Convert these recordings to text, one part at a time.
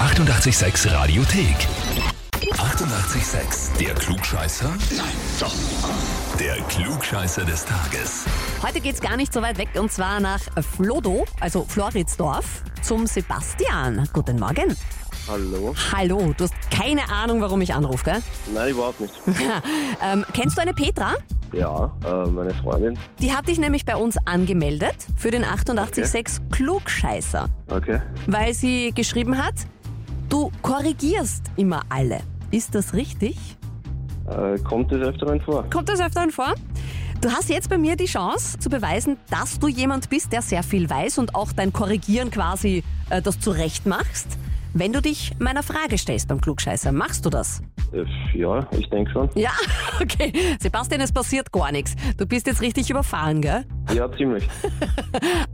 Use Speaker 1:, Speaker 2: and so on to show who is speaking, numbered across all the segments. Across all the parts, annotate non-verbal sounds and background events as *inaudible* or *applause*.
Speaker 1: 886 Radiothek. 88,6. Der Klugscheißer? Nein, doch. Der Klugscheißer des Tages.
Speaker 2: Heute geht's gar nicht so weit weg und zwar nach Flodo, also Floridsdorf, zum Sebastian. Guten Morgen.
Speaker 3: Hallo?
Speaker 2: Hallo, du hast keine Ahnung, warum ich anrufe, gell? *laughs*
Speaker 3: Nein, überhaupt nicht.
Speaker 2: ähm, kennst du eine Petra?
Speaker 3: *laughs* Ja, äh, meine Freundin.
Speaker 2: Die hat dich nämlich bei uns angemeldet für den 886 Klugscheißer,
Speaker 3: Okay.
Speaker 2: weil sie geschrieben hat, du korrigierst immer alle. Ist das richtig?
Speaker 3: Äh, kommt des Öfteren vor?
Speaker 2: Kommt das öfteren vor? Du hast jetzt bei mir die Chance zu beweisen, dass du jemand bist, der sehr viel weiß und auch dein Korrigieren quasi äh, das zurecht machst. Wenn du dich meiner Frage stellst beim Klugscheißer, machst du das?
Speaker 3: Äh, ja, ich denke schon.
Speaker 2: Ja, *laughs* okay. Sebastian, es passiert gar nichts. Du bist jetzt richtig überfahren, gell?
Speaker 3: Ja, ziemlich.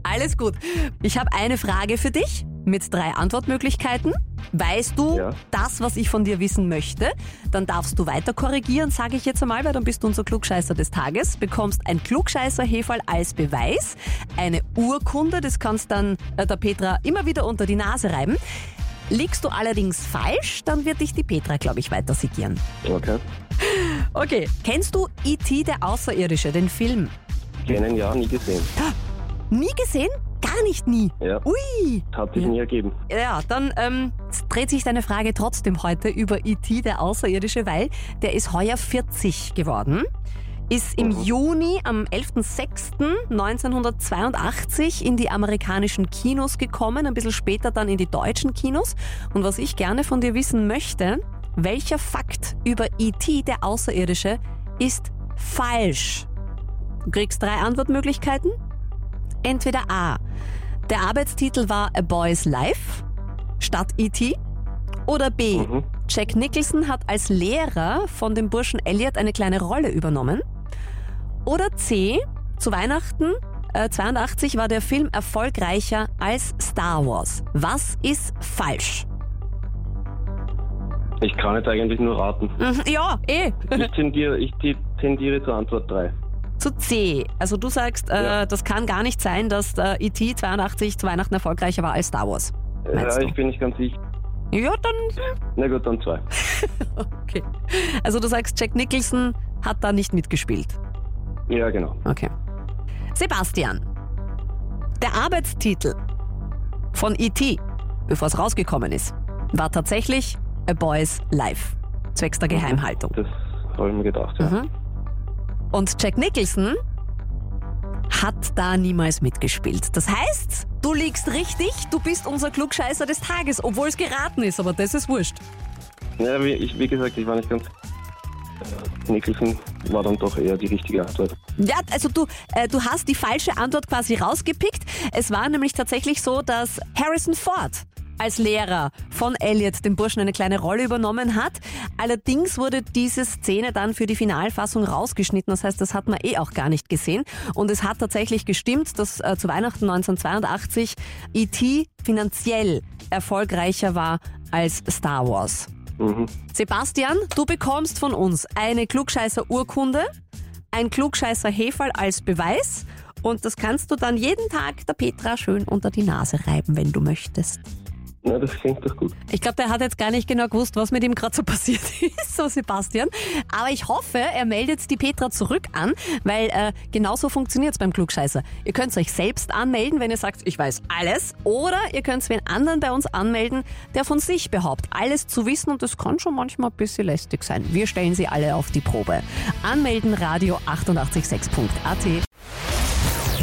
Speaker 2: Alles gut. Ich habe eine Frage für dich mit drei Antwortmöglichkeiten. Weißt du
Speaker 3: Ja.
Speaker 2: das, was ich von dir wissen möchte? Dann darfst du weiter korrigieren, sage ich jetzt einmal, weil dann bist du unser Klugscheißer des Tages. Bekommst ein Klugscheißer-Hefal als Beweis, eine Urkunde, das kannst dann äh, der Petra immer wieder unter die Nase reiben. Liegst du allerdings falsch, dann wird dich die Petra, glaube ich, weiter sigieren.
Speaker 3: Okay.
Speaker 2: Okay, kennst du E.T. der Außerirdische, den Film?
Speaker 3: Kennen ja, nie gesehen.
Speaker 2: Nie gesehen? Gar nicht nie.
Speaker 3: Ja.
Speaker 2: Ui,
Speaker 3: Hat sich nie ergeben.
Speaker 2: Ja, dann ähm, dreht sich deine Frage trotzdem heute über E.T., der Außerirdische, weil der ist heuer 40 geworden, ist im Juni am 11.06.1982 in die amerikanischen Kinos gekommen, ein bisschen später dann in die deutschen Kinos. Und was ich gerne von dir wissen möchte, welcher Fakt über E.T., der Außerirdische, ist falsch? Du kriegst drei Antwortmöglichkeiten. Entweder A. Der Arbeitstitel war A Boy's Life statt E.T. oder B.
Speaker 3: Mhm.
Speaker 2: Jack Nicholson hat als Lehrer von dem Burschen Elliot eine kleine Rolle übernommen. Oder C. Zu Weihnachten äh, 82 war der Film erfolgreicher als Star Wars. Was ist falsch?
Speaker 3: Ich kann jetzt eigentlich nur raten.
Speaker 2: Mhm, Ja, eh.
Speaker 3: Ich tendiere, ich ti- tendiere zur Antwort 3.
Speaker 2: Zu C. Also du sagst, äh,
Speaker 3: Ja.
Speaker 2: das kann gar nicht sein, dass äh, E.T. 82 zu Weihnachten erfolgreicher war als Star Wars. Meinst
Speaker 3: Ja,
Speaker 2: du?
Speaker 3: ich bin nicht ganz sicher.
Speaker 2: Ja, dann
Speaker 3: Na gut, dann 2.
Speaker 2: *laughs* Okay. Also du sagst, Jack Nicholson hat da nicht mitgespielt.
Speaker 3: Ja, genau.
Speaker 2: Okay. Sebastian, der Arbeitstitel von E.T., bevor es rausgekommen ist, war tatsächlich A Boy's Life, zwecks der Geheimhaltung.
Speaker 3: Das habe ich mir gedacht, ja.
Speaker 2: Mhm. Und Jack Nicholson hat da niemals mitgespielt. Das heißt, du liegst richtig, du bist unser Klugscheißer des Tages, obwohl es geraten ist, aber das ist wurscht.
Speaker 3: Ja, wie, ich, wie gesagt, ich war nicht ganz... Äh, Nicholson war dann doch eher die richtige Antwort.
Speaker 2: Ja, also du, äh, du hast die falsche Antwort quasi rausgepickt. Es war nämlich tatsächlich so, dass Harrison Ford als Lehrer von Elliot dem Burschen eine kleine Rolle übernommen hat. Allerdings wurde diese Szene dann für die Finalfassung rausgeschnitten. Das heißt, das hat man eh auch gar nicht gesehen. Und es hat tatsächlich gestimmt, dass äh, zu Weihnachten 1982 E.T. finanziell erfolgreicher war als Star Wars.
Speaker 3: Mhm.
Speaker 2: Sebastian, du bekommst von uns eine Klugscheißer-Urkunde, ein Klugscheißer-Hefal als Beweis und das kannst du dann jeden Tag der Petra schön unter die Nase reiben, wenn du möchtest.
Speaker 3: Na, das klingt doch gut.
Speaker 2: Ich glaube, der hat jetzt gar nicht genau gewusst, was mit ihm gerade so passiert *laughs* ist, so Sebastian. Aber ich hoffe, er meldet die Petra zurück an, weil äh, genauso funktioniert's beim Klugscheißer. Ihr könnt's euch selbst anmelden, wenn ihr sagt, ich weiß alles. Oder ihr könnt's wen anderen bei uns anmelden, der von sich behauptet, alles zu wissen. Und das kann schon manchmal ein bisschen lästig sein. Wir stellen sie alle auf die Probe. Anmelden radio 886.at.